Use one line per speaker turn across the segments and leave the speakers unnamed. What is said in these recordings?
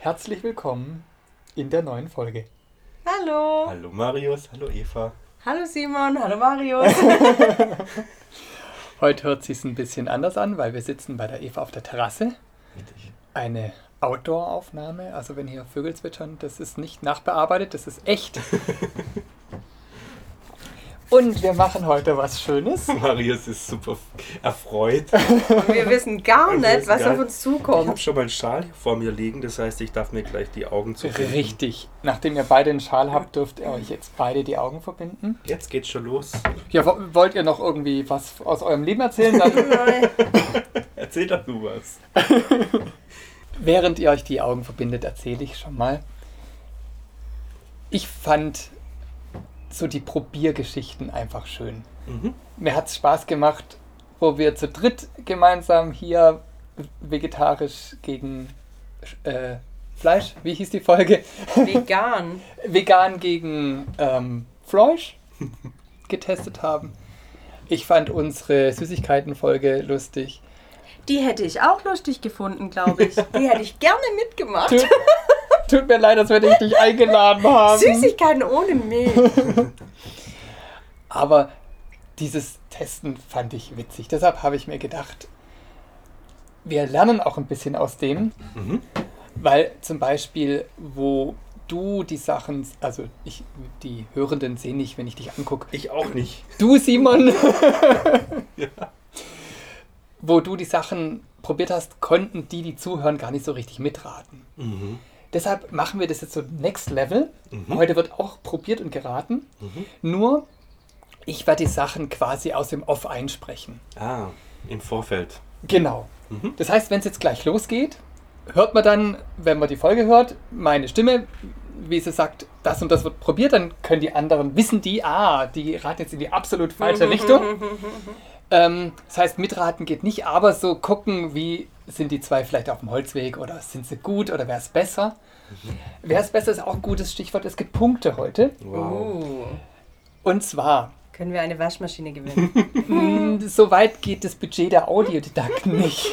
Herzlich willkommen in der neuen Folge.
Hallo.
Hallo Marius, hallo Eva.
Hallo Simon, hallo Marius.
Heute hört sich ein bisschen anders an, weil wir sitzen bei der Eva auf der Terrasse.
Richtig.
Eine Outdoor-Aufnahme, also wenn hier Vögel zwitschern, das ist nicht nachbearbeitet, das ist echt. Und wir machen heute was Schönes.
Marius ist super erfreut.
Wir wissen gar
Wir
nicht,
wissen
was
gar
auf
nicht.
uns
Ich habe
zukommt.
schon meinen Schal hier vor mir liegen, das heißt, ich darf mir gleich die Augen zubinden.
Richtig. Nachdem ihr beide einen Schal habt, dürft ihr euch jetzt beide die Augen verbinden.
Jetzt geht's schon los.
Ja, wo- wollt ihr noch irgendwie was aus eurem Leben erzählen? Dann,
Erzähl doch du was.
während ihr euch die Augen verbindet, erzähle ich schon mal. Ich fand so die Probiergeschichten einfach schön.
Mhm.
Mir hat es Spaß gemacht, wo wir zu dritt gemeinsam hier vegetarisch gegen äh, Fleisch, wie hieß die Folge?
Vegan.
vegan gegen ähm, Fleisch getestet haben. Ich fand unsere Süßigkeiten-Folge lustig.
Die hätte ich auch lustig gefunden, glaube ich. Die hätte ich gerne mitgemacht.
Tut, tut mir leid, dass wir dich nicht eingeladen haben.
Süßigkeiten ohne Milch.
Aber dieses Testen fand ich witzig. Deshalb habe ich mir gedacht, wir lernen auch ein bisschen aus dem,
Mhm.
weil zum Beispiel, wo du die Sachen, also ich, die Hörenden sehen nicht, wenn ich dich angucke,
Ich auch nicht.
Du, Simon, wo du die Sachen probiert hast, konnten die, die zuhören, gar nicht so richtig mitraten.
Mhm.
Deshalb machen wir das jetzt so Next Level.
Mhm.
Heute wird auch probiert und geraten.
Mhm.
Nur, ich werde die Sachen quasi aus dem Off einsprechen.
Ah, im Vorfeld.
Genau.
Mhm.
Das heißt, wenn es jetzt gleich losgeht, hört man dann, wenn man die Folge hört, meine Stimme, wie sie sagt, das und das wird probiert, dann können die anderen wissen, die, ah, die raten jetzt in die absolut falsche Richtung. Ähm, das heißt, mitraten geht nicht, aber so gucken, wie sind die zwei vielleicht auf dem Holzweg oder sind sie gut oder wäre es besser. Wäre es besser ist auch ein gutes Stichwort. Es gibt Punkte heute. Oh.
Wow.
Uh,
Und zwar,
können wir eine Waschmaschine gewinnen?
mh, so weit geht das Budget der Audiodidakten nicht.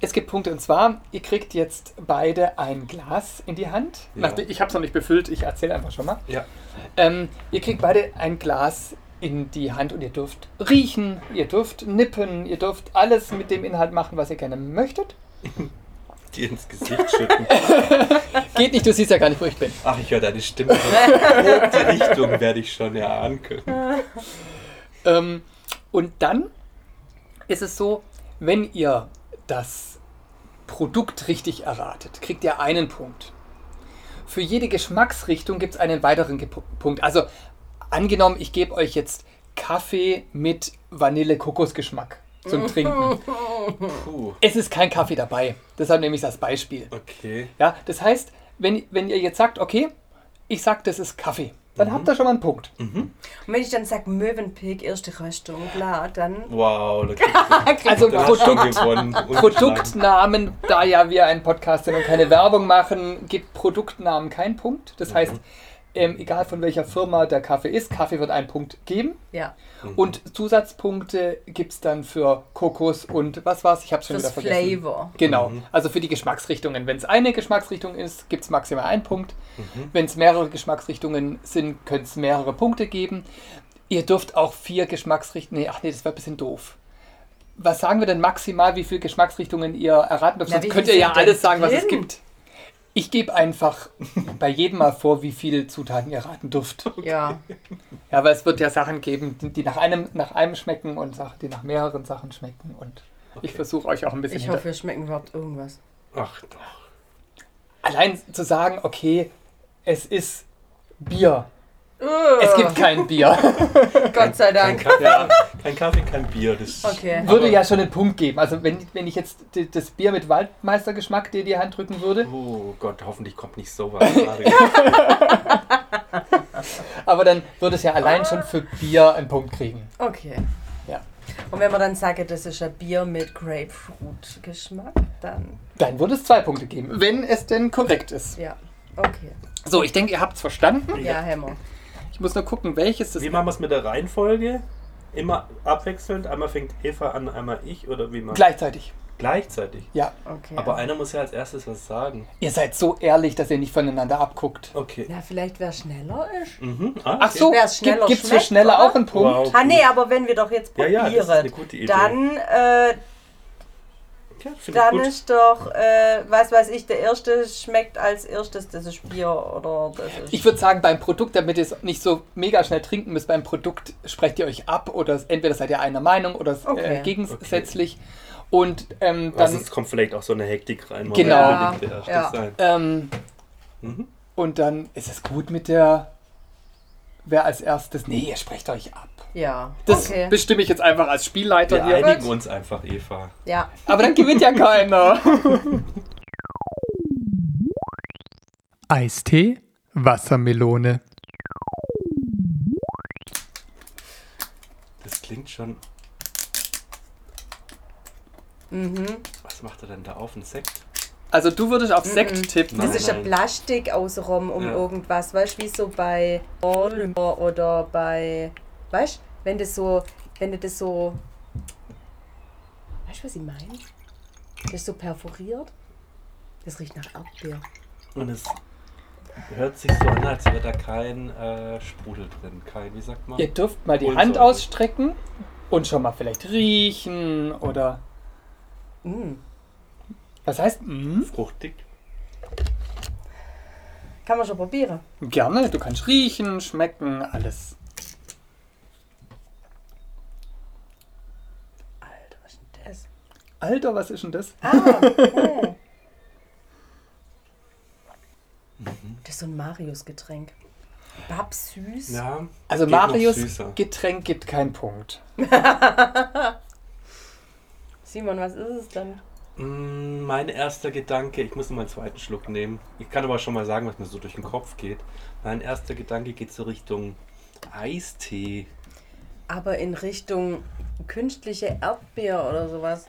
Es gibt Punkte und zwar, ihr kriegt jetzt beide ein Glas in die Hand.
Ja.
Nachdem- Ich habe es noch nicht befüllt, ich erzähle einfach schon mal.
Ja.
Ähm, ihr kriegt beide ein Glas in die Hand und ihr dürft riechen, ihr dürft nippen, ihr dürft alles mit dem Inhalt machen, was ihr gerne möchtet.
Dir ins Gesicht schütten.
Geht nicht, du siehst ja gar nicht, wo ich bin.
Ach, ich höre deine Stimme. Die Richtung werde ich schon erahnen können.
Ähm, und dann ist es so, wenn ihr das Produkt richtig erratet, kriegt ihr einen Punkt. Für jede Geschmacksrichtung gibt es einen weiteren Gepu- Punkt. Also angenommen, ich gebe euch jetzt Kaffee mit Vanille-Kokosgeschmack zum Trinken.
Puh.
Es ist kein Kaffee dabei. Deshalb nehme ich das Beispiel.
Okay.
Ja, das heißt, wenn, wenn ihr jetzt sagt, okay, ich sag, das ist Kaffee, dann habt ihr schon mal einen Punkt.
Und wenn ich dann sage Möwenpick, erste Röstung, klar, dann.
Wow, da kriegst du
Also
da hast du schon
Produkt,
gewonnen. Ungeschlagen.
Produktnamen, da ja wir ein Podcast sind und keine Werbung machen, gibt Produktnamen keinen Punkt. Das heißt, ähm, egal von welcher Firma der Kaffee ist, Kaffee wird einen Punkt geben.
Ja.
Und Zusatzpunkte gibt es dann für Kokos und was war's? Ich hab's schon
Fürs
wieder vergessen.
Flavor.
Genau, also für die Geschmacksrichtungen. Wenn es eine Geschmacksrichtung ist, gibt es maximal einen Punkt. Wenn es mehrere Geschmacksrichtungen sind, können es mehrere Punkte geben. Ihr dürft auch vier Geschmacksrichtungen. Nee, ach nee, das wäre ein bisschen doof. Was sagen wir denn maximal, wie viele Geschmacksrichtungen ihr erraten dürft?
Na, wie
Sonst könnt ihr
viel
ja
sind denn
alles sagen, was es
drin?
gibt. Ich gebe einfach bei jedem mal vor, wie viele Zutaten ihr erraten dürft.
Ja.
Ja, aber es wird ja Sachen geben, die- die nach einem, nach einem schmecken und Sachen, die nach mehreren Sachen schmecken. Und ich versuche euch auch ein bisschen
Ich
hinter-
hoffe, wir schmecken überhaupt irgendwas.
Ach doch.
allein zu sagen, okay, es ist Bier. Es gibt kein Bier.
Uh, Gott sei
Kein
Dank.
Kaffee, kein, Kaffee, kein Bier. Das
Okay.
Würde
Aber-
ja schon einen Punkt geben. Also wenn, wenn ich jetzt d- das Bier mit Waldmeistergeschmack dir in die Hand drücken würde.
Oh Gott, hoffentlich kommt nicht sowas. Marius.
Aber dann würde es ja allein schon für Bier einen Punkt kriegen.
Okay.
Ja.
Und wenn man dann sagt, das ist ein Bier mit Grapefruit-Geschmack, dann.
Dann würde es zwei Punkte geben, wenn es denn korrekt ist.
Ja. Okay.
So, ich denke, ihr habt es verstanden.
Ja, Hammer.
Ich muss nur gucken, welches das
Wie machen wir es mit der Reihenfolge? Immer abwechselnd, einmal fängt Eva an, einmal ich oder wie man.
Gleichzeitig.
Gleichzeitig.
Ja.
Okay.
Aber einer muss ja als erstes was sagen.
Ihr seid so ehrlich, dass ihr nicht voneinander abguckt.
Okay.
Na, vielleicht wer schneller ist.
Mhm. Ah,
Ach so,
Wer's schneller
gibt, gibt's für
schmeckt,
schneller
oder?
auch einen Punkt?
Wow.
Ah, nee, aber wenn wir doch jetzt
Ja,
probieren,
ja, das ist eine gute Idee.
dann, äh,
Okay, find ich
dann
gut.
ist doch, äh, was weiß ich, der erste schmeckt als erstes, das ist Bier oder das ist.
Ich würde sagen, beim Produkt, damit ihr es nicht so mega schnell trinken müsst, beim Produkt sprecht ihr euch ab oder es- entweder seid ihr einer Meinung oder es, äh,
Okay.
gegensätzlich. Und ähm,
Also
dann,
es kommt vielleicht auch so eine Hektik rein. man
Genau.
will unbedingt der Erste
Ja.
sein.
ähm,
Mhm.
und dann ist es gut mit der, wer als erstes, nee, ihr sprecht euch ab.
ja,
Das
okay.
bestimme ich jetzt einfach als Spielleiter
Wir
hier.
einigen uns einfach, Eva.
Ja,
Aber dann gewinnt ja keiner. Eistee, Wassermelone.
Das klingt schon.
Mhm.
Was macht er denn da auf? Ein Sekt?
Also du würdest auf
Mhm.
Sekt tippen.
das
Nein,
ist ein
nein.
Plastik außenrum um
Ja.
irgendwas, weißt du, wie so bei Orlümer oder bei, weißt du, wenn das so, wenn du das so, weißt du, was ich meine? Das ist so perforiert. Das riecht nach Erdbeer.
Und es hört sich so an, als wäre da kein äh, Sprudel drin. Kein, wie sagt man?
Ihr dürft mal die
Holen
Hand
sollen.
ausstrecken und schon mal vielleicht riechen oder.
Mm.
Was heißt? mm?
Fruchtig.
Kann man schon probieren.
Gerne, du kannst riechen, schmecken, alles.
Alter, was ist denn das?
Alter, was ist denn das?
Das ist so ein Marius-Getränk. Babsüß.
Ja.
Also
geht noch
Marius
süßer.
Getränk gibt keinen Punkt.
Simon, was ist es dann?
Mm, Mein erster Gedanke, ich muss nur meinen zweiten Schluck nehmen. Ich kann aber schon mal sagen, was mir so durch den Kopf geht. Mein erster Gedanke geht so Richtung Eistee.
Aber in Richtung künstliche Erdbeer oder sowas.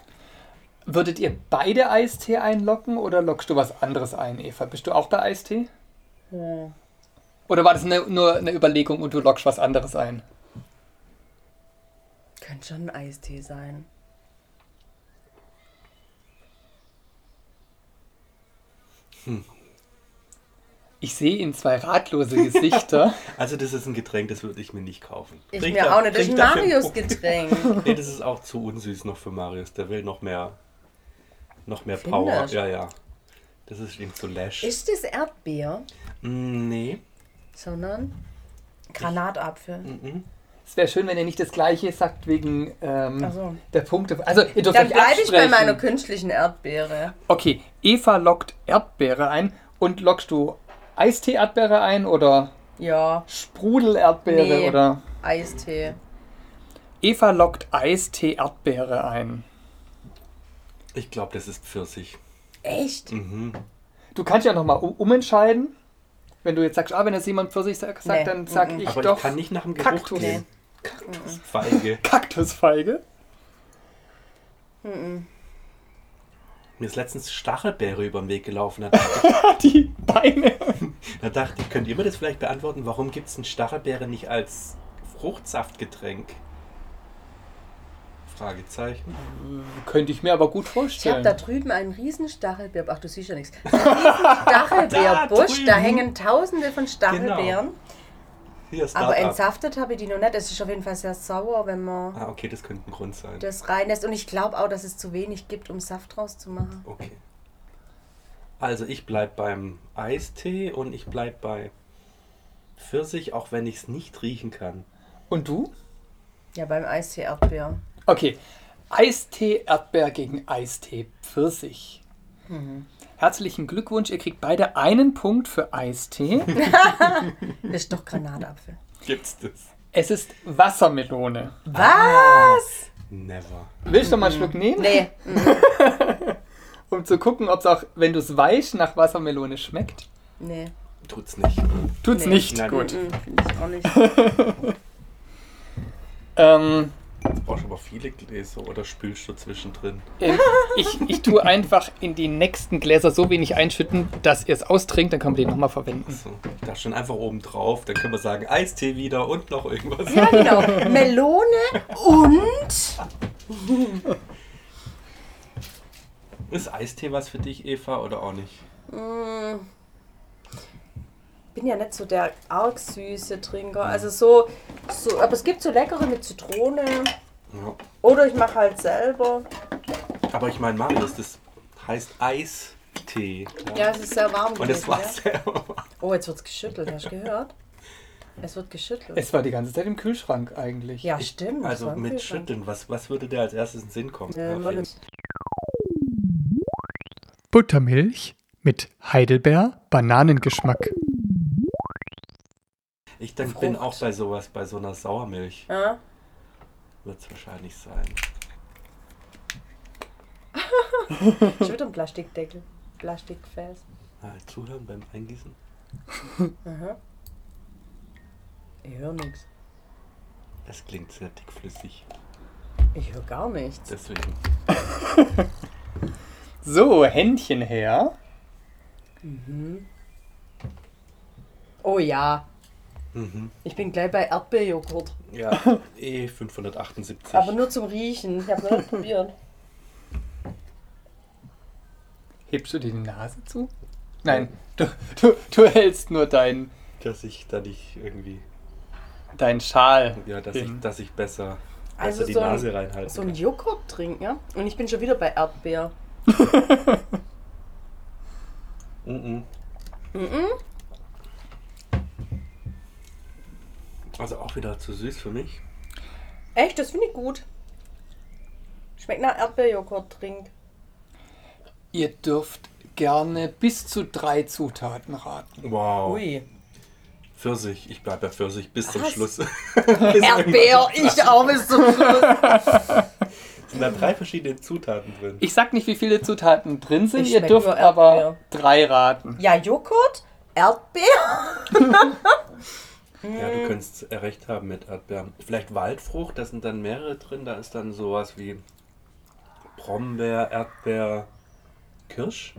Würdet ihr beide Eistee einlocken oder lockst du was anderes ein, Eva? Bist du auch bei Eistee?
Hm.
Oder war das ne- nur eine Überlegung und du lockst was anderes ein?
Könnte schon ein Eistee sein.
Ich sehe in zwei ratlose Gesichter.
Also das ist ein Getränk, das würde ich mir nicht kaufen.
Ich
Kriegt
mir
er-
auch nicht. Das ist ein
kriegt dafür einen Punkt.
Marius-Getränk.
Nee, das ist auch zu unsüß noch für Marius. Der will noch mehr, noch mehr
Findest?
Power. Ja, ja. Das ist ihm zu lash.
ist das Erdbeer,
Mm, nee.
sondern Granatapfel?
Mhm.
es wäre schön, wenn ihr nicht das gleiche sagt wegen ähm,
Ach so.
der Punkte. Also ihr dürft
Dann
euch
bleibe ich bei
absprechen.
meiner künstlichen Erdbeere.
Okay, Eva lockt Erdbeere ein und lockst du Eistee-Erdbeere ein oder
Ja,
Sprudel-Erdbeere
Nee.
oder
Eistee.
Eva lockt Eistee-Erdbeere ein.
Ich glaube, das ist Pfirsich.
Echt?
Mhm.
Du kannst ja nochmal umentscheiden. Wenn du jetzt sagst, ah, wenn jetzt jemand Pfirsich sagt,
Nee,
dann sag
mhm.
ich
Aber
doch
ich kann nicht nach dem Geruch
Kaktus.
gehen. Kaktus. Feige.
Kaktusfeige.
Mir ist letztens Stachelbeere über den Weg gelaufen. Da dachte
Die Beine.
ich- da dachte ich, könnt ihr mir das vielleicht beantworten? Warum gibt es einen Stachelbeere nicht als Fruchtsaftgetränk? Fragezeichen.
Könnte ich mir aber gut
Ich habe
vorstellen.
da drüben einen riesen Stachelbeer. Ach, du siehst ja nichts. Ein riesen Stachelbeerbusch. da,
drüben.
hängen tausende von Stachelbeeren.
Hier ist
Aber entsaftet habe ich die noch nicht. Es ist auf jeden Fall sehr sauer, wenn man
Ah, okay, das könnte ein Grund sein.
das reinlässt. Und ich glaube auch, dass es zu wenig gibt, um Saft rauszumachen.
Okay. Also ich bleib beim Eistee und ich bleib bei Pfirsich, auch wenn ich es nicht riechen kann.
Und du?
Ja, beim Eistee Erdbeer.
Okay. Eistee Erdbeer gegen Eistee Pfirsich.
Mhm.
Herzlichen Glückwunsch, ihr kriegt beide einen Punkt für Eistee.
Das ist doch Granatapfel.
Gibt's das?
Es ist Wassermelone.
Was?
Never.
Willst du noch mal einen Schluck nehmen?
Mhm. Nee.
Um zu gucken, ob es auch, wenn du es weich nach Wassermelone schmeckt.
Nee.
Tut's nicht.
Tut's
Nee.
nicht.
Nein.
Gut.
Finde ich auch nicht.
Ähm,
Du brauchst aber viele Gläser oder spülst du zwischendrin?
Ähm, ich, ich tue einfach in die nächsten Gläser so wenig einschütten, dass ihr es austrinkt, dann können wir die nochmal verwenden.
So, da schon einfach oben drauf. Dann können wir sagen, Eistee wieder und noch irgendwas.
Ja, genau. Melone und.
Ist Eistee was für dich, Eva, oder auch nicht?
Mm. bin ja nicht so der arg süße Trinker. Also so, so. Aber es gibt so leckere mit Zitrone.
Ja.
Oder ich mache halt selber.
Aber ich meine, Marius, das heißt Eistee.
Ja, es ist sehr warm.
Und das
gewesen,
war
ja.
sehr warm.
Oh, jetzt wird's geschüttelt. Hast du gehört? Es wird geschüttelt.
Es war die ganze Zeit im Kühlschrank eigentlich.
ja, stimmt. es
Also
war ein
mit
Kühlschrank.
Schütteln, was, was würde dir als erstes in den Sinn kommen?
Ja,
Marius?
warte.
Buttermilch mit Heidelbeer, Bananengeschmack.
ich denk, bin
Frucht.
auch bei sowas, bei so einer Sauermilch
Ja.
wird es wahrscheinlich sein.
Schon wieder ein Plastikdeckel. Plastikgefäß.
Mal zuhören beim Eingießen.
Aha. Ich höre nichts.
Das klingt sehr dickflüssig.
Ich höre gar nichts.
Deswegen.
So, Händchen her.
Oh ja,
Mhm.
ich bin gleich bei Erdbeerjoghurt.
Ja, E E578.
Aber nur zum Riechen. Ich habe noch nicht probiert.
Hebst du dir die Nase zu? Nein, du, du, du hältst nur deinen
dass ich da nicht irgendwie.
deinen Schal.
Ja, dass,
hin.
ich, dass ich besser,
Also
besser die
so ein-
Nase reinhalten
So ein
kann.
Joghurt trinken, ja? Und ich bin schon wieder bei Erdbeer.
Mhm. Also auch wieder zu süß für mich.
Echt, das finde ich gut. Schmeckt nach Erdbeerjoghurt trink.
Ihr dürft gerne bis zu drei Zutaten raten.
Wow.
Ui.
Pfirsich. Ich bleibe bei Pfirsich bis zum
Was?
Schluss.
Erdbeer, ich auch bis zum Schluss.
Es sind da drei verschiedene Zutaten drin.
Ich sag nicht, wie viele Zutaten drin sind,
Ich
ihr
schmeck
dürft
nur
aber
Erdbeer.
drei raten.
Ja, Joghurt, Erdbeer. Mhm.
Ja, du könntest recht haben mit Erdbeeren. Vielleicht Waldfrucht, da sind dann mehrere drin. Da ist dann sowas wie Brombeer, Erdbeer, Kirsch.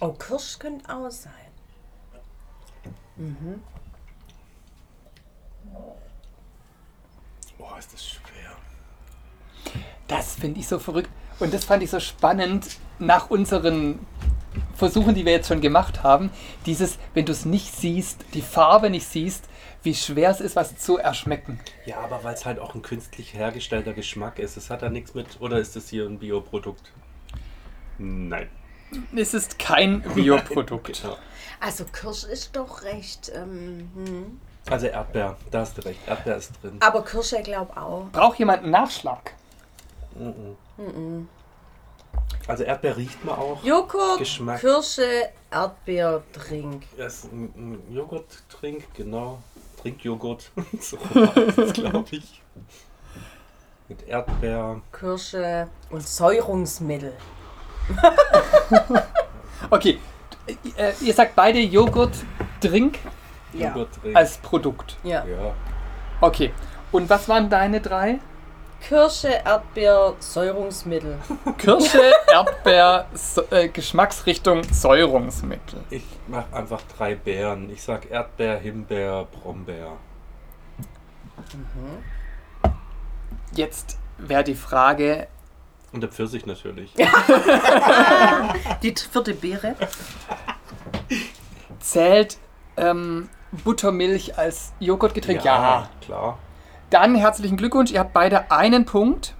Oh, Kirsch könnte auch sein.
Boah, ist das schwer.
Das finde ich so verrückt. Und das fand ich so spannend nach unseren Versuchen, die wir jetzt schon gemacht haben. Dieses, wenn du es nicht siehst, die Farbe nicht siehst, wie schwer es ist, was zu erschmecken.
Ja, aber weil es halt auch ein künstlich hergestellter Geschmack ist. Es hat da nichts mit, oder ist das hier ein Bioprodukt? Nein.
Es ist kein Bioprodukt.
Genau.
Also Kirsch ist doch recht. Ähm, hm.
Also Erdbeer, da hast du recht. Erdbeer ist drin.
Aber Kirsche, glaube auch.
Braucht jemand einen Nachschlag?
Mhm. Also Erdbeer riecht man auch.
Joghurt,
Geschmack.
Kirsche, Erdbeer, Trink.
Das ist ein, ein Joghurt-Trink, genau. Trinkjoghurt. so heißt es, glaube ich. Mit Erdbeer.
Kirsche und Säurungsmittel.
Okay, äh, ihr sagt beide Joghurt, Drink
Ja.
Joghurttrink.
als Produkt.
ja.
ja.
Okay. Und was waren deine drei?
Kirsche, Erdbeer, Säurungsmittel.
Kirsche, Erdbeer, so äh, Geschmacksrichtung, Säurungsmittel.
Ich mache einfach drei Beeren. Ich sag Erdbeer, Himbeer, Brombeer.
Jetzt wäre die Frage,
Und der Pfirsich natürlich.
Die vierte Beere.
zählt ähm, Buttermilch als Joghurtgetränk? Ja.
Klar.
Dann herzlichen Glückwunsch, ihr habt beide einen Punkt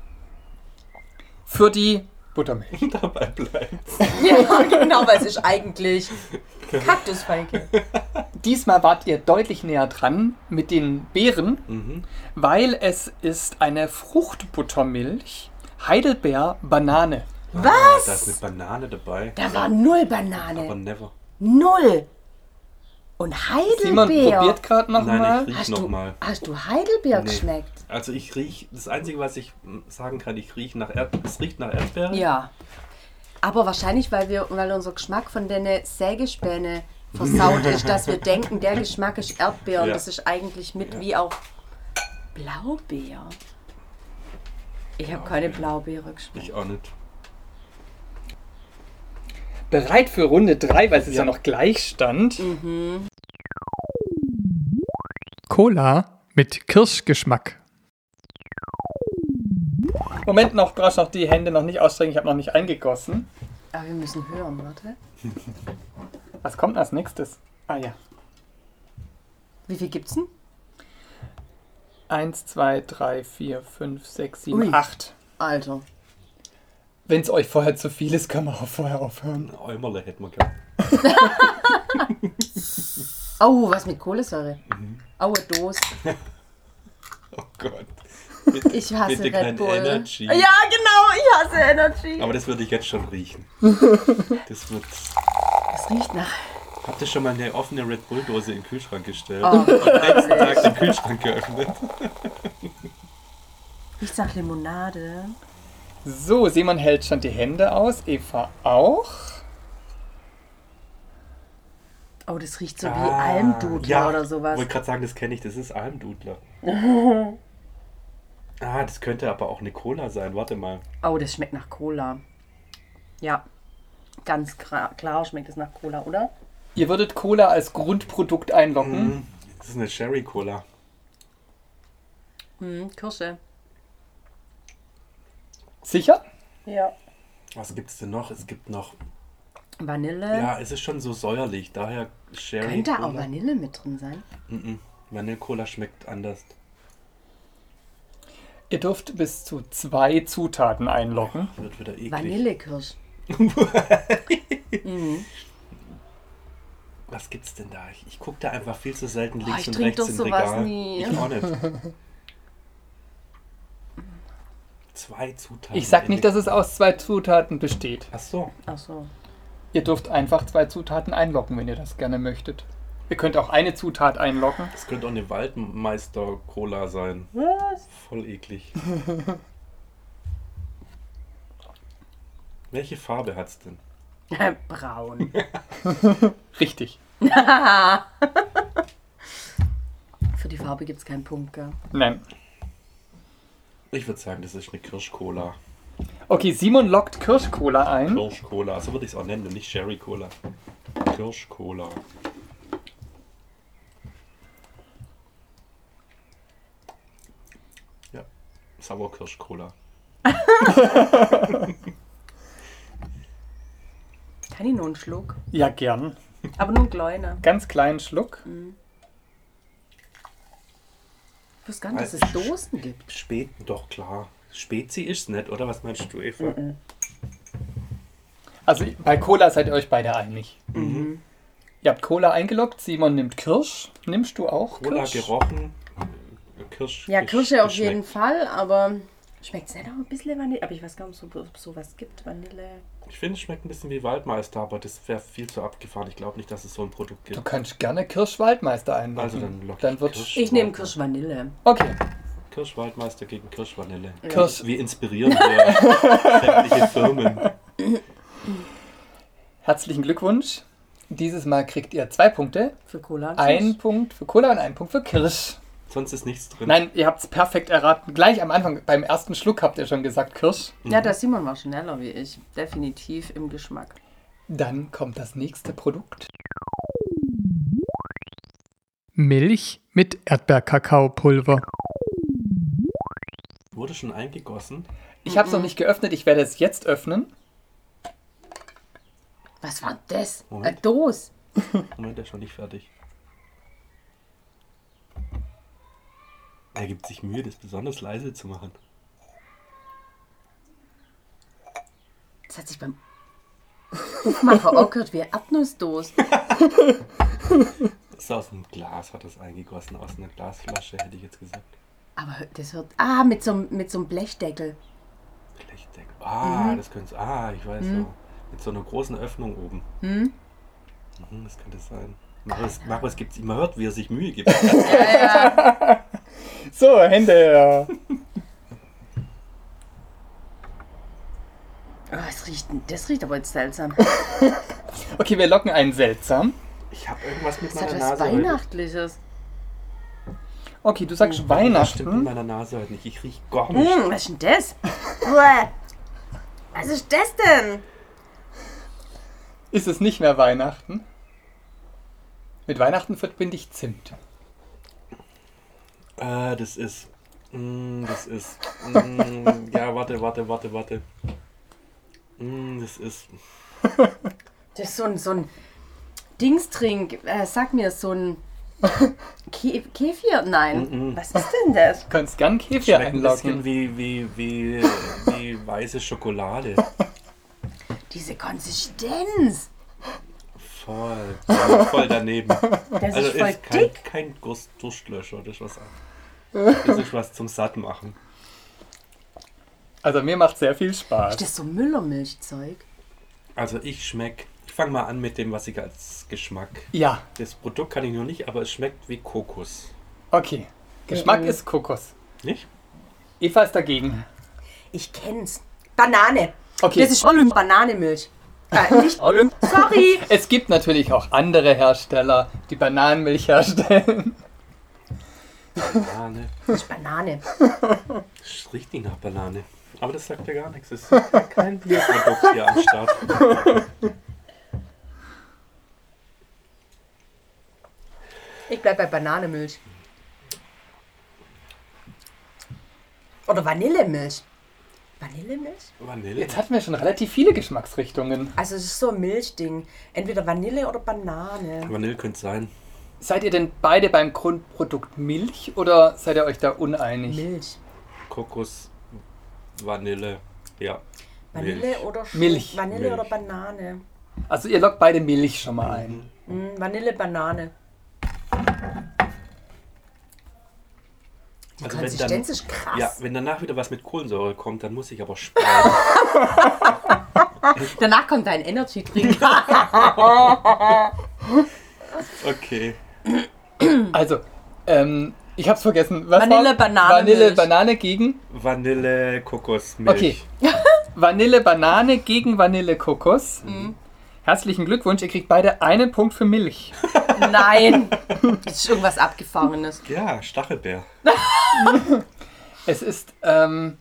für die Buttermilch.
Dabei bleibt.
ja, genau, weil es ist eigentlich
Genau.
Kaktusfeige.
Diesmal wart ihr deutlich näher dran mit den Beeren,
Mhm.
weil es ist eine Fruchtbuttermilch, Heidelbeer, Banane.
Was? Da ist eine Banane dabei.
Da war null
Aber
Banane.
never.
Null. Und
Simon
Heidelbeer.
probiert gerade
Nein,
nochmal.
ich riech
Hast du,
nochmal.
hast du Heidelbeer
Nee.
geschmeckt?
Also ich riech, das Einzige, was ich mm, sagen kann, ich riech nach Erdbeeren. Es riecht nach Erdbeeren.
Ja. Aber wahrscheinlich, weil, wir, weil unser Geschmack von den Sägespäne versaut ist, dass wir denken, der Geschmack ist Erdbeer und
Ja.
das ist eigentlich mit
Ja.
wie auch Blaubeer. Ich habe keine Blaubeere geschmeckt.
Ich auch nicht.
Bereit für Runde 3, weil es ist ja noch Gleichstand. Cola mit Kirschgeschmack. Moment noch, brauchst noch die Hände noch nicht ausstrecken. Ich habe noch nicht eingegossen.
Aber Ah, wir müssen hören, warte.
Was kommt als nächstes? Ah ja.
Wie viel gibt's denn?
1, 2, 3, 4, 5, 6,
Um
Ui.
7, 8.
Alter.
Wenn es euch vorher zu viel ist, können wir auch vorher aufhören.
Eumerle hätten wir gehabt.
Au, was mit Kohlensäure?
Mhm.
Aua, Dos.
Oh Gott. Bitte,
Ich hasse
bitte
Red
kein
Bull.
Energy.
Ja, genau, ich hasse Energy.
Aber das würde ich jetzt schon riechen. Das wird.
Es riecht nach.
Habt ihr schon mal eine offene Red Bull Dose in den Kühlschrank gestellt?
Oh,
Am nächsten Tag den Kühlschrank geöffnet.
riecht nach Limonade.
So, Simon hält schon die Hände aus, Eva auch.
Oh, das riecht so wie
Ah,
Almdudler
ja,
oder sowas.
wollte gerade sagen, das kenne ich, das ist Almdudler. ah, das könnte aber auch eine Cola sein, warte mal.
Oh, das schmeckt nach Cola. Ja. Ganz kra- klar schmeckt es nach Cola, oder?
Ihr würdet Cola als Grundprodukt einloggen.
Hm, Das ist eine Sherry-Cola.
Hm, Kirsche.
Sicher?
Ja.
Was gibt's denn noch? Es gibt noch.
Vanille.
Ja, es ist schon so säuerlich, daher Sherry.
Äh. Könnte auch
Cola.
Vanille mit drin sein.
Mhm. Vanille-Cola schmeckt anders.
Ihr dürft bis zu zwei Zutaten einloggen.
Wird wieder eklig.
Vanillekirsch. Mhm.
Was gibt's denn da? Ich, ich gucke da einfach viel zu selten
Oh,
links
ich
und
trink
rechts
doch
im
sowas
Regal.
nie.
Ich auch nicht. Zwei Zutaten.
Ich sag nicht, dass es aus zwei Zutaten besteht.
Ach so.
Ach so.
Ihr dürft einfach zwei Zutaten einloggen, wenn ihr das gerne möchtet. Ihr könnt auch eine Zutat einloggen.
Das könnte auch eine Waldmeister-Cola sein.
Was?
Voll eklig. Welche Farbe hat's denn?
Braun.
Richtig.
Für die Farbe gibt es keinen Punkt, gell?
Nein.
Ich würde sagen, das ist eine Kirschcola.
Okay, Simon lockt Kirschcola ein.
Kirschcola, so würde ich es auch nennen, nicht Sherry-Cola. Kirschcola. Ja, Sauerkirschcola.
Kann ich nur einen Schluck?
Ja, gern.
Aber nur einen kleinen.
Ganz kleinen Schluck.
Ich wusste gar nicht, dass es Dosen gibt.
Spät, doch klar. Spezi ist nicht, oder? Was meinst du, Eva?
Also bei Cola seid ihr euch beide einig. Mhm. Ihr habt Cola eingeloggt, Simon nimmt Kirsch. Nimmst du auch
Cola
Kirsch?
gerochen. äh, Kirsch.
Ja,
gesch-
Kirsche auf
geschmeckt.
jeden Fall, aber schmeckt es nicht auch ein bisschen Vanille? Aber ich weiß gar nicht, ob es sowas gibt. Vanille.
Ich finde, es schmeckt ein bisschen wie Waldmeister, aber das wäre viel zu abgefahren. Ich glaube nicht, dass es so ein Produkt
Du
gibt.
kannst gerne Kirschwaldmeister einloggen.
Also dann lock
dann
ich
wird
Kirsch.
Ich nehme Kirschvanille.
Okay.
Kirschwaldmeister gegen Kirschvanille.
Kirsch.
Wie inspirieren wir sämtliche Firmen?
Herzlichen Glückwunsch. Dieses Mal kriegt ihr zwei Punkte.
Für Cola. und
Ein
Kirsch.
Punkt für Cola und ein Punkt für Kirsch.
Sonst ist nichts drin.
Nein, ihr habt es perfekt erraten. Gleich am Anfang, beim ersten Schluck habt ihr schon gesagt Kirsch.
Ja, der Simon war schneller wie ich. Definitiv im Geschmack.
Dann kommt das nächste Produkt. Milch mit Erdbeerkakaopulver.
Wurde schon eingegossen.
Ich habe es noch nicht geöffnet, ich werde es jetzt öffnen.
Was war das? Eine
Moment.
Dose.
Moment, Oh der ist noch nicht fertig. Er gibt sich Mühe, das besonders leise zu machen.
Das hat sich beim Macher auch gehört wie eine Erdnussdose.
Das ist aus dem Glas, hat das eingegossen. Aus einer Glasflasche, hätte ich jetzt gesagt.
Aber das hört. Ah, mit so, einem- mit so einem Blechdeckel.
Blechdeckel. Ah, das könnte Ah, ich weiß so. Mit so einer großen Öffnung oben. Mhm, das könnte sein. Marius, Marius gibt's, man hört, wie er sich Mühe gibt.
So, Hände. her.
Oh, das, riecht, das riecht aber jetzt seltsam.
Okay, wir locken einen seltsam.
Ich habe irgendwas mit
Das hat
meiner
was
Nase. heute.
Weihnachtliches.
Okay, du sagst
Das stimmt in
Weihnachten.
meiner Nase halt nicht. Ich riech gar nicht.
Hm, was ist denn das? Uah. was ist das denn?
Ist es nicht mehr Weihnachten? Mit Weihnachten verbinde ich Zimt.
Äh, das ist. Mm, das ist. Mm, ja, warte, warte, warte, warte. Mm, das ist.
Das ist so ein, so ein Dingstrink. Äh, sag mir, so ein Ke Kefir? Nein.
Mhm.
Was ist denn das?
Du kannst gern Kefir
Schmeckt ein bisschen
einloggen.
wie, wie, wie, wie weiße Schokolade.
Diese Konsistenz.
Voll. voll- Voll daneben.
Das
Also
ist voll
ist kein,
dick.
kein Durst- Durstlöscher, das ist was anderes. Das ist was zum Satt machen.
Also mir macht sehr viel Spaß.
Ist das so Müllermilchzeug?
Also ich schmeck. Ich fange mal an mit dem, was ich als Geschmack.
Ja,
Das Produkt kann ich noch nicht, aber es schmeckt wie Kokos.
okay. Geschmack
Mhm.
ist Kokos.
Nicht?
Eva ist dagegen.
Ich kenn's. Banane.
Okay.
Das ist Olymp Bananenmilch. Äh, nicht Olymp. Sorry.
Es gibt natürlich auch andere Hersteller, die Bananenmilch herstellen.
Banane.
Das ist Banane.
Das riecht nicht nach Banane. Aber das sagt ja gar nichts. Es ist kein Bierprodukt hier am Start.
Ich bleib bei Bananenmilch. Oder Vanillemilch. Vanillemilch?
Vanille.
Jetzt hatten wir schon relativ viele Geschmacksrichtungen.
Also es ist so ein Milchding. Entweder Vanille oder Banane.
Vanille könnte sein.
Seid ihr denn beide beim Grundprodukt Milch oder seid ihr euch da uneinig?
Milch.
Kokos, Vanille. Ja.
Vanille
Milch.
oder Sch
Milch.
Vanille
Milch.
oder Banane.
Also ihr lockt beide Milch schon mal ein.
Mm, Vanille, Banane.
Also
Die
Also wenn
Konsistenz
dann-
ist krass.
Ja, wenn danach wieder was mit Kohlensäure kommt, dann muss ich aber sparen.
Danach kommt dein Energy-Drink.
Okay.
Also, ähm, ich hab's vergessen. Was
Mhm. Vanille,
war-
Banane,
Vanille,
Milch.
Banane gegen?
Vanille, Kokos, Milch.
Okay. Vanille, Banane gegen Vanille, Kokos.
Mhm.
Herzlichen Glückwunsch, ihr kriegt beide einen Punkt für Milch.
Nein. Das ist irgendwas Abgefahrenes.
Ja, Stachelbeer.
Es ist ähm,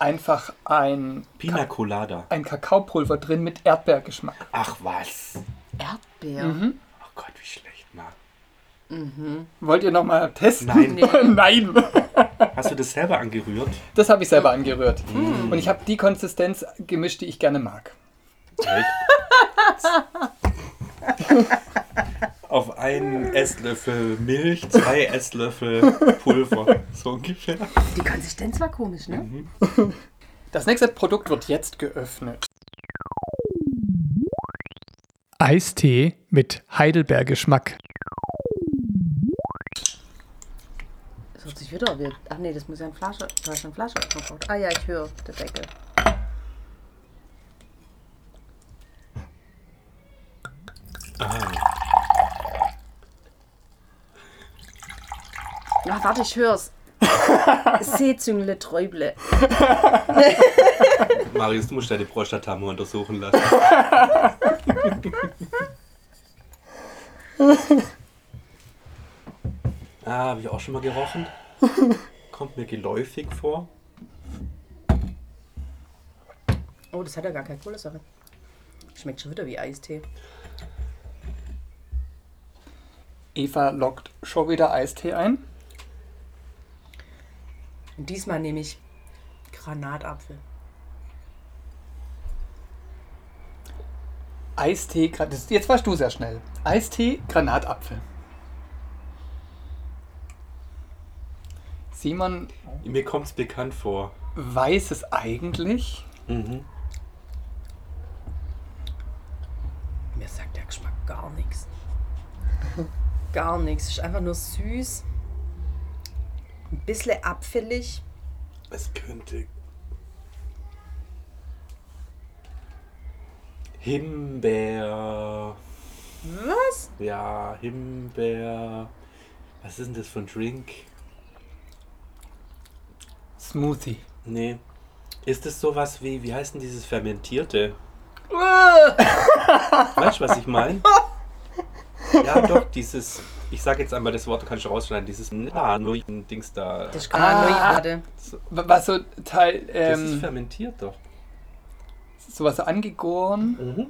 einfach ein,
Pina Colada.
ein Kakaopulver drin mit Erdbeergeschmack.
Ach was.
Erdbeer.
Oh Gott, wie schlecht, Mann.
Wollt ihr nochmal testen?
Nein.
Nein.
Hast du das selber angerührt?
Das habe ich selber angerührt.
Mhm.
Und ich habe die Konsistenz gemischt, die ich gerne mag.
Echt? Auf einen Esslöffel Milch, zwei Esslöffel Pulver. So ungefähr.
Die Konsistenz war komisch, ne?
Das nächste Produkt wird jetzt geöffnet. Eistee mit Heidelbeergeschmack.
Das hat sich wieder erwirkt. Ach nee, das muss ja ein Flasche. Da ist ein Flasche aufgebaut. Ah ja, ich höre der Deckel. Ach, warte, ich hör's. Seezüngle Träuble.
Marius, du musst deine Prostata mal untersuchen lassen. ah, habe ich auch schon mal gerochen. Kommt mir geläufig vor.
Oh, das hat ja gar keine Kohlensäure. Schmeckt schon wieder wie Eistee.
Eva lockt schon wieder Eistee ein.
Und diesmal nehme ich Granatapfel.
Eistee, Gra- das- jetzt warst du sehr schnell. Eistee, Granatapfel. Simon
Mir kommt es bekannt vor.
weiß es eigentlich.
Mir sagt der Geschmack gar nichts. Gar nichts. Ist einfach nur süß. Ein bisschen abfällig.
Es könnte. Himbeer.
Was?
Ja, Himbeer. Was ist denn das für ein Drink?
Smoothie.
Nee. Ist es sowas wie, wie heißt denn dieses Fermentierte?
Äh,
Weißt du, was ich meine? Ja, doch, dieses Ich sage jetzt einmal das Wort, du kannst du rausschneiden. Dieses Nano-Dings da.
Das kann man nur
Ah.
gerade.
W- Was so Teil,
Das ist
ähm,
fermentiert doch.
sowas so angegoren.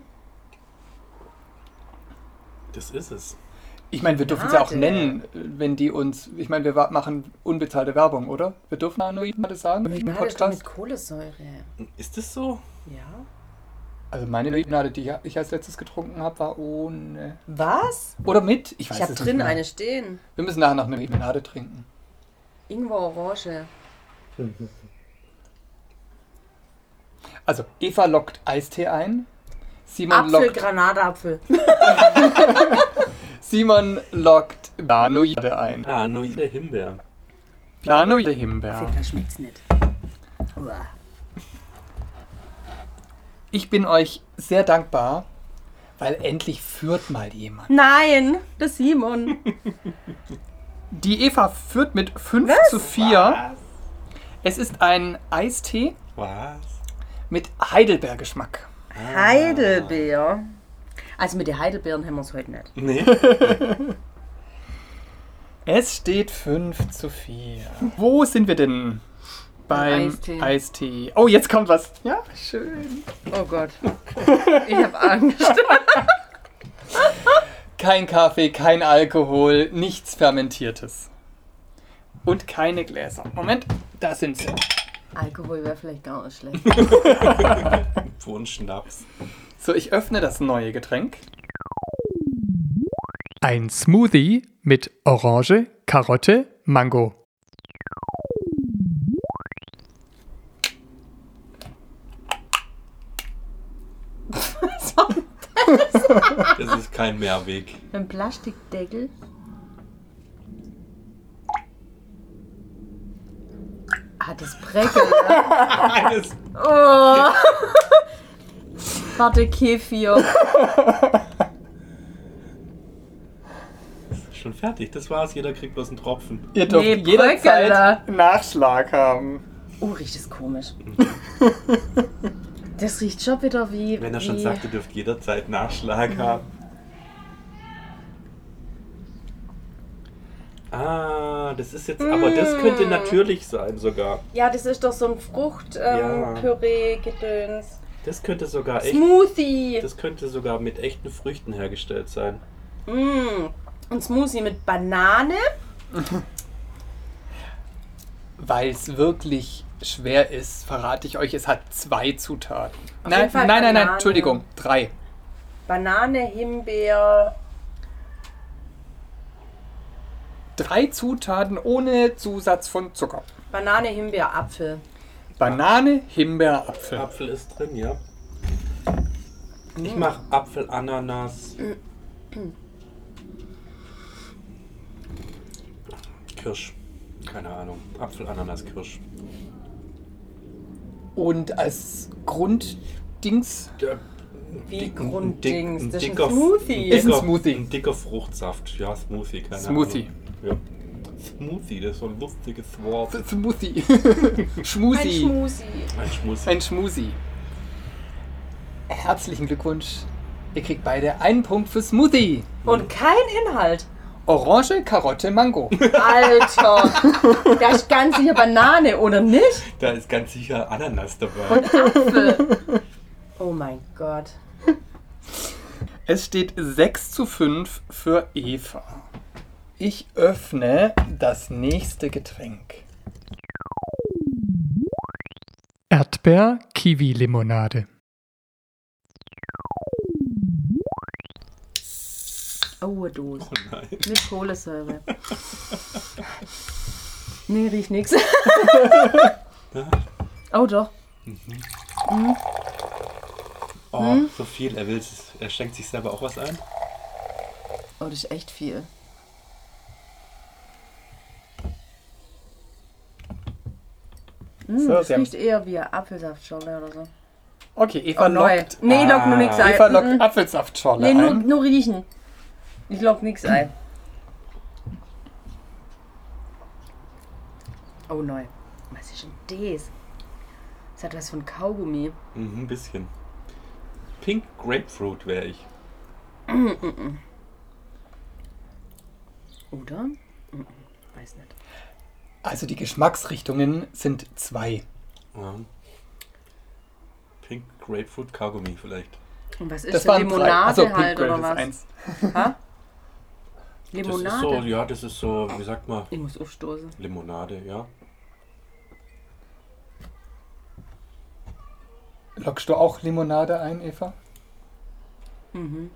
Das ist es.
Ich meine, wir dürfen es ja auch
Nade.
nennen, wenn die uns, ich meine, wir wa- machen unbezahlte Werbung, oder? Wir dürfen Nanoid sagen im
Gerade das mit
Podcast.
Kohlensäure.
Ist das so?
Ja.
Also meine Nanoid, die ich als letztes getrunken habe, war ohne.
Was?
Oder mit? weiß
Ich habe
es
drin
nicht mehr.
eine stehen.
Wir müssen nachher noch eine Limonade trinken.
Ingwer Orange.
Also, Eva lockt Eistee ein. Simon
Apfel,
lockt,
Granatapfel.
Simon lockt Nanoide ein.
Ah, nur der Himbeer.
Nanoide Himbeer.
Das schmeckt's nicht. Uah.
Ich bin euch sehr dankbar, weil endlich führt mal jemand.
Nein, das Simon.
Die Eva führt mit 5 zu 4. Es ist ein Eistee
Was?
mit Heidelbeergeschmack.
Ah. Heidelbeer. Also mit den Heidelbeeren haben wir es heute nicht.
Nee.
Es steht 5 zu 4. Wo sind wir denn? Beim Eistee.
Eistee.
Oh, jetzt kommt was. Ja, schön.
Oh Gott. Ich habe Angst.
Kein Kaffee, kein Alkohol, nichts Fermentiertes. Und keine Gläser. Moment, da sind sie.
Alkohol wäre vielleicht gar nicht schlecht.
Für uns Schnaps.
So, ich öffne das neue Getränk. Ein Smoothie mit Orange, Karotte, Mango.
Das ist kein Mehrweg.
Ein Plastikdeckel. Ah, das Prägel.
Alles.
Oh. Warte, Kefir.
Schon fertig. Das war's. Jeder kriegt bloß einen Tropfen.
Ihr dürft
Nee,
jederzeit
Bröckeler.
Nachschlag haben.
Oh, riecht das komisch. Das riecht schon wieder wie.
Wenn er schon
wie
sagt, ihr dürft jederzeit Nachschlag haben. Ah, das ist jetzt. Aber das könnte natürlich sein sogar.
Ja, das ist doch so ein ähm, Fruchtpüree-Gedöns.
Das könnte sogar echt.
Smoothie!
Das könnte sogar mit echten Früchten hergestellt sein.
Mm. Und Smoothie mit Banane.
Weil es wirklich schwer ist, verrate ich euch, es hat zwei Zutaten. Nein,
jeden Fall
nein, nein, nein,
Banane.
Entschuldigung, drei.
Banane, Himbeer.
Drei Zutaten ohne Zusatz von Zucker.
Banane, Himbeer, Apfel.
Banane, Himbeer, Apfel.
Apfel ist drin, ja. Ich
Hm.
mache Apfel, Ananas. Kirsch. Keine Ahnung. Apfel, Ananas, Kirsch.
Und als Grunddings
Der-
Wie
dick-
Grunddings?
dick-
Das ist ein
dicker-
Smoothie.
Ist ein
dicker-
Smoothie.
Ein dicker Fruchtsaft. Ja, Smoothie, keine
Smoothie.
Ahnung. Ja. Smoothie, das ist so ein lustiges Wort.
Smoothie.
Ein
Schmusi.
Smoothie.
Ein Schmusi.
Ein Schmusi. Herzlichen Glückwunsch. Ihr kriegt beide einen Punkt für Smoothie.
Und kein Inhalt.
Orange, Karotte, Mango.
Alter. Da ist ganz sicher Banane, oder nicht?
Da ist ganz sicher Ananas dabei.
Hm?
Oh mein Gott.
Es steht 6 zu 5 für Eva. Ich öffne das nächste Getränk.
Erdbeer-Kiwi-Limonade.
Aue Dose.
Nein.
Mit Kohlensäure. Nee, riecht nix. Oh doch.
Oh, so viel. Er will Er schenkt sich selber auch was ein.
Oh, das ist echt viel. Mm,
So,
das
Sie haben-
riecht eher wie Apfelsaftschorle oder so. Oh,
Okay, Eva
Neu.
lockt,
Nee, lock
Ah,
nur nix ein.
Eva lockt
Mm, mm.
Apfelsaftschorle
Nee, nur,
ein.
nur riechen. Ich lock nix ein. Oh, neu. Was ist denn das? Das hat was von Kaugummi.
Mhm, ein bisschen. Pink Grapefruit wäre ich.
Oder? Mhm. Weiß nicht.
Also die Geschmacksrichtungen sind zwei.
Ja. Pink Grapefruit Kaugummi vielleicht.
Und was ist
Das
denn
waren drei.
Limonade
Also Pink
halt
Grape
oder
ist
was?
eins.
Ha?
Das
Limonade?
ist so, ja, das ist so, wie sagt man,
Ich muss aufstoßen.
Limonade, ja.
Lockst du auch Limonade ein, Eva?
Mhm.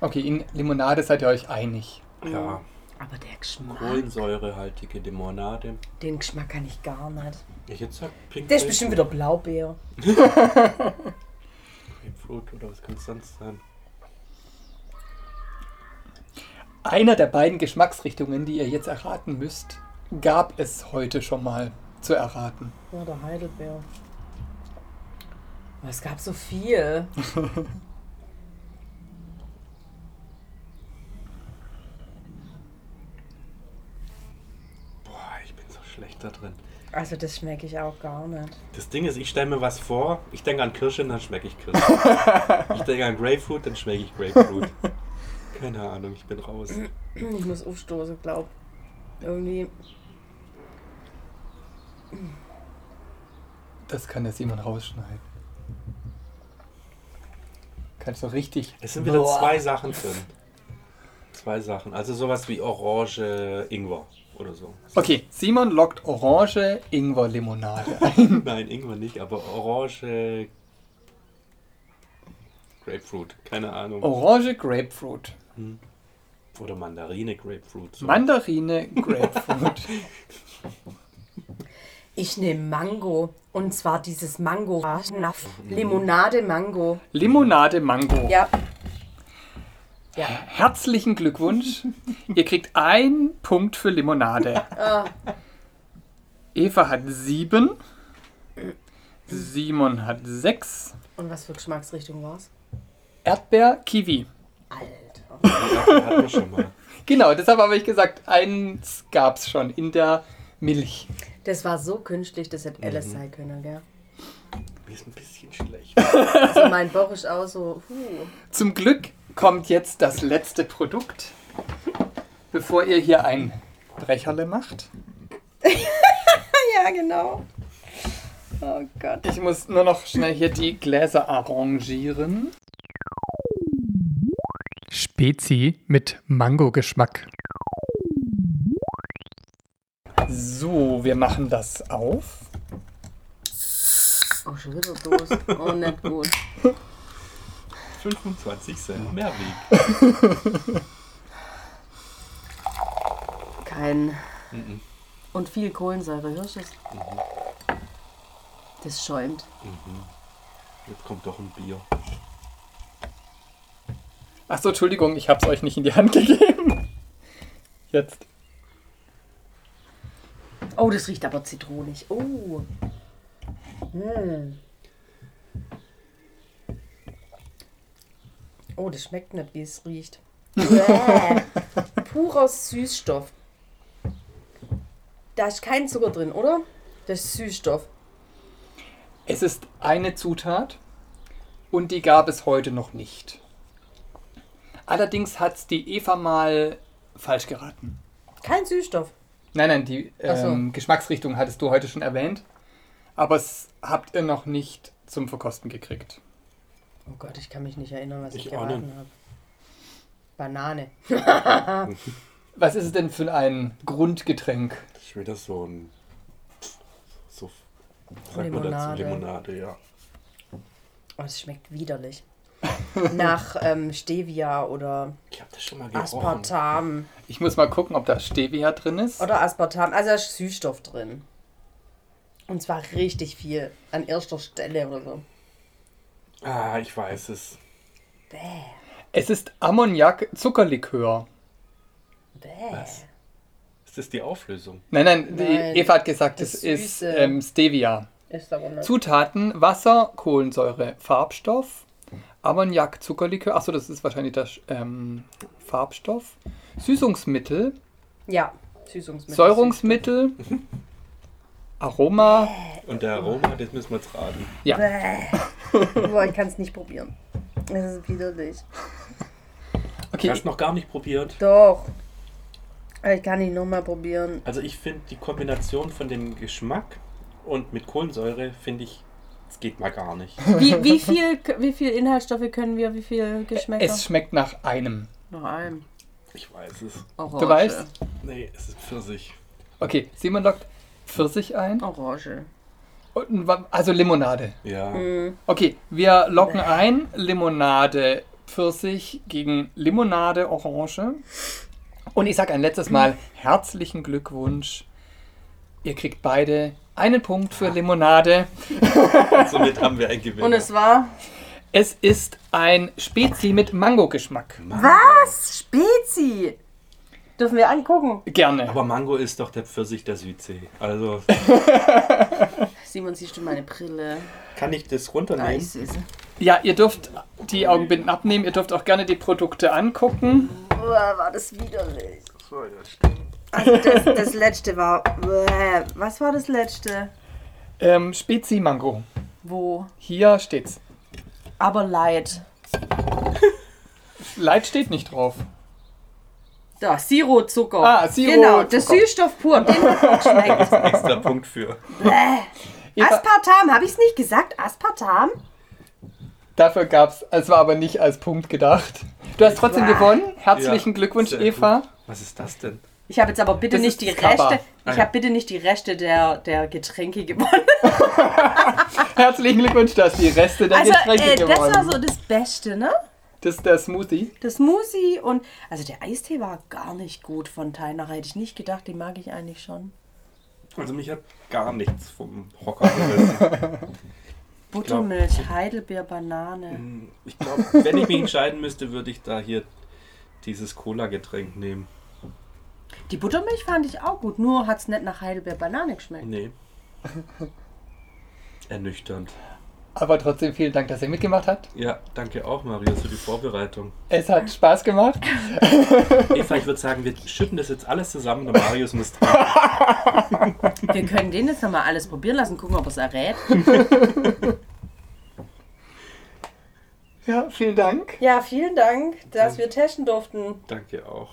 Okay, in Limonade seid ihr euch einig.
Ja,
Aber der Geschmack,
Kohlensäurehaltige Limonade.
den Geschmack kann ich gar nicht.
Ich hätte gesagt Pink
Der ist
Grape-
bestimmt wieder Blaubeer.
Grapefruit oder was kann es sonst sein?
Einer der beiden Geschmacksrichtungen, die ihr jetzt erraten müsst, gab es heute schon mal zu erraten.
Ja, der Heidelbeer. Aber es gab so viel.
Boah, ich bin so schlecht da drin.
Also das schmecke ich auch gar nicht.
Das Ding ist, ich stelle mir was vor, ich denke an Kirsche, dann schmecke ich Kirsche. ich denke an Grapefruit, dann schmecke ich Grapefruit. Keine Ahnung, ich bin raus.
Ich muss aufstoßen, glaub. Irgendwie.
Das kann jetzt jemand rausschneiden. Kannst du richtig.
Es sind wieder
Boah.
zwei Sachen drin. Zwei Sachen. Also sowas wie Orange, Ingwer oder so.
Okay, Simon lockt Orange Ingwer Limonade ein.
Nein, Ingwer nicht, aber Orange. Grapefruit, keine Ahnung.
Oh.
Orange Grapefruit.
Oder Mandarine Grapefruit. So.
Mandarine Grapefruit.
Ich nehme Mango. Und zwar dieses Mango. Limonade Mango.
Limonade Mango.
Ja.
Herzlichen Glückwunsch. Ihr kriegt einen Punkt für Limonade. Eva hat sieben. Äh. Simon hat sechs.
Und was für Geschmacksrichtung war's?
Erdbeer, Kiwi.
Alter.
Mandarine hatten wir schon mal.
Genau, deshalb habe ich gesagt, eins gab es schon in der Milch.
Das war so künstlich, das hätte Alice sein können, gell?
Mir ist ein bisschen schlecht.
Also mein Bauch ist auch so, huh.
Zum Glück kommt jetzt das letzte Produkt, bevor ihr hier ein Brecherle macht.
Ja, genau. Oh Gott.
Ich muss nur noch schnell hier die Gläser arrangieren. Spezi mit Mango-Geschmack. So, wir machen das auf.
Oh, schon wieder Durst. Oh, nicht gut.
25 Cent Mehrweg.
Kein. Und viel Kohlensäure, hörst du es? Das schäumt.
Jetzt kommt doch ein Bier.
Achso, Entschuldigung, ich hab's euch nicht in die Hand gegeben. Jetzt.
Oh, das riecht aber zitronig. Oh.
Hm. Oh, das schmeckt nicht, wie es riecht. Bäh. Purer Süßstoff. Da ist kein Zucker drin, oder? Das ist Süßstoff.
Es ist eine Zutat und die gab es heute noch nicht. Allerdings hat's die Eva mal falsch geraten.
Kein Süßstoff.
Nein, nein, die
Ach so.
ähm, Geschmacksrichtung hattest du heute schon erwähnt. Aber es habt ihr noch nicht zum Verkosten gekriegt.
Oh Gott, ich kann mich nicht erinnern, was ich,
Ich auch
geraten
nicht.
habe. Banane.
Was ist es denn für ein Grundgetränk?
Das ist wieder so ein. So. Sagt man dazu
Limonade.
Limonade, ja.
Oh, es schmeckt widerlich. Nach ähm, Stevia oder
Ich habe das schon mal gerochen.
Aspartam.
Ich muss mal gucken, ob da Stevia drin ist.
Oder Aspartam. Also da ist Süßstoff drin. Und zwar richtig viel. An erster Stelle oder so.
Ah, ich weiß es.
Bäh.
Es ist Ammoniak-Zuckerlikör.
Bäh.
Was? Ist das die Auflösung?
Nein, nein, die
Nein,
Eva hat gesagt,
das
es ist
Süße.
ähm, Stevia.
Ist aber nicht.
Zutaten: Wasser, Kohlensäure, Farbstoff, Ammoniak, Zuckerlikör. Achso, das ist wahrscheinlich der ähm, Farbstoff. Süßungsmittel,
Ja, Süßungsmittel.
Säurungsmittel, Aroma.
Und der Aroma, das müssen wir jetzt raten.
Boah, ich kann es nicht probieren. Das ist widerlich.
Okay,
Ich hab's noch gar nicht probiert.
Doch. Aber Ich kann ihn nochmal probieren.
Also ich finde die Kombination von dem Geschmack und mit Kohlensäure finde ich, es geht mal gar nicht.
Wie, wie, viel, wie viel Inhaltsstoffe können wir, wie viel Geschmäcker?
Es schmeckt nach einem.
Noch einem.
Ich weiß es.
Orange.
Du weißt?
Nee, es ist Pfirsich.
Okay, Simon lockt Pfirsich ein.
Orange.
Und, ein Wa- also Limonade.
Ja.
Okay, wir locken ein Limonade Pfirsich gegen Limonade Orange. Und ich sage ein letztes Mal herzlichen Glückwunsch. Ihr kriegt beide einen Punkt für Limonade.
Und somit haben wir einen Gewinn.
Und es war?
Es ist ein Spezi mit Mango-Geschmack.
Was? Spezi?
Dürfen wir angucken?
Gerne.
Aber Mango ist doch der Pfirsich der Südsee. Also
Simon, siehst du meine Brille?
kann ich das
Ah,
runternehmen?
ich sehe sie.
Ja, ihr dürft die Augenbinden abnehmen. Ihr dürft auch gerne die Produkte angucken.
Uah, war das widerlich.
So, ja, stimmt.
Also das, das letzte war.
äh,
Uah, was war das letzte?
Ähm, Spezi Mango.
Wo?
Hier steht's.
Aber light.
Light steht nicht drauf.
Da, Sirozucker.
Ah, Sirozucker.
Genau, der Süßstoff pur, den hat man geschmeckt.
Extra Punkt für.
Eva,
Aspartam, habe ich es nicht gesagt? Aspartam?
dafür gab's, es war aber nicht als Punkt gedacht. Du hast trotzdem gewonnen. Herzlichen
Ja,
Glückwunsch,
sehr
Eva.
gut. Was ist das denn?
Ich habe jetzt aber bitte
Das
nicht
ist
die
Kappa.
Reste.
Ah,
Ich
ja.
habe bitte nicht die Reste der, der Getränke gewonnen.
Herzlichen Glückwunsch, dass die Reste der
Also,
Getränke
äh, das
geworden.
war so das Beste, ne?
das ist der Smoothie.
Das Smoothie und. Also, der Eistee war gar nicht gut von Teiner. Hätte ich nicht gedacht, den mag ich eigentlich schon.
Also mich hat gar nichts vom Hocker gerissen.
Buttermilch, Heidelbeer,
Mhm.
Banane.
Ich glaube, wenn ich mich entscheiden müsste, würde ich da hier dieses Cola-Getränk nehmen.
Die Buttermilch fand ich auch gut, nur hat es nicht nach Heidelbeer, Banane geschmeckt.
Nee. Ernüchternd.
Aber trotzdem vielen Dank, dass ihr mitgemacht habt.
Ja, danke auch, Marius, für die Vorbereitung.
Es hat Spaß gemacht.
Eva, ich würde sagen, wir schütten das jetzt alles zusammen und Marius muss dran.
Wir können den jetzt nochmal alles probieren lassen, gucken, ob er es errät.
Ja, vielen Dank.
Ja, vielen Dank, dass wir testen durften.
Danke auch.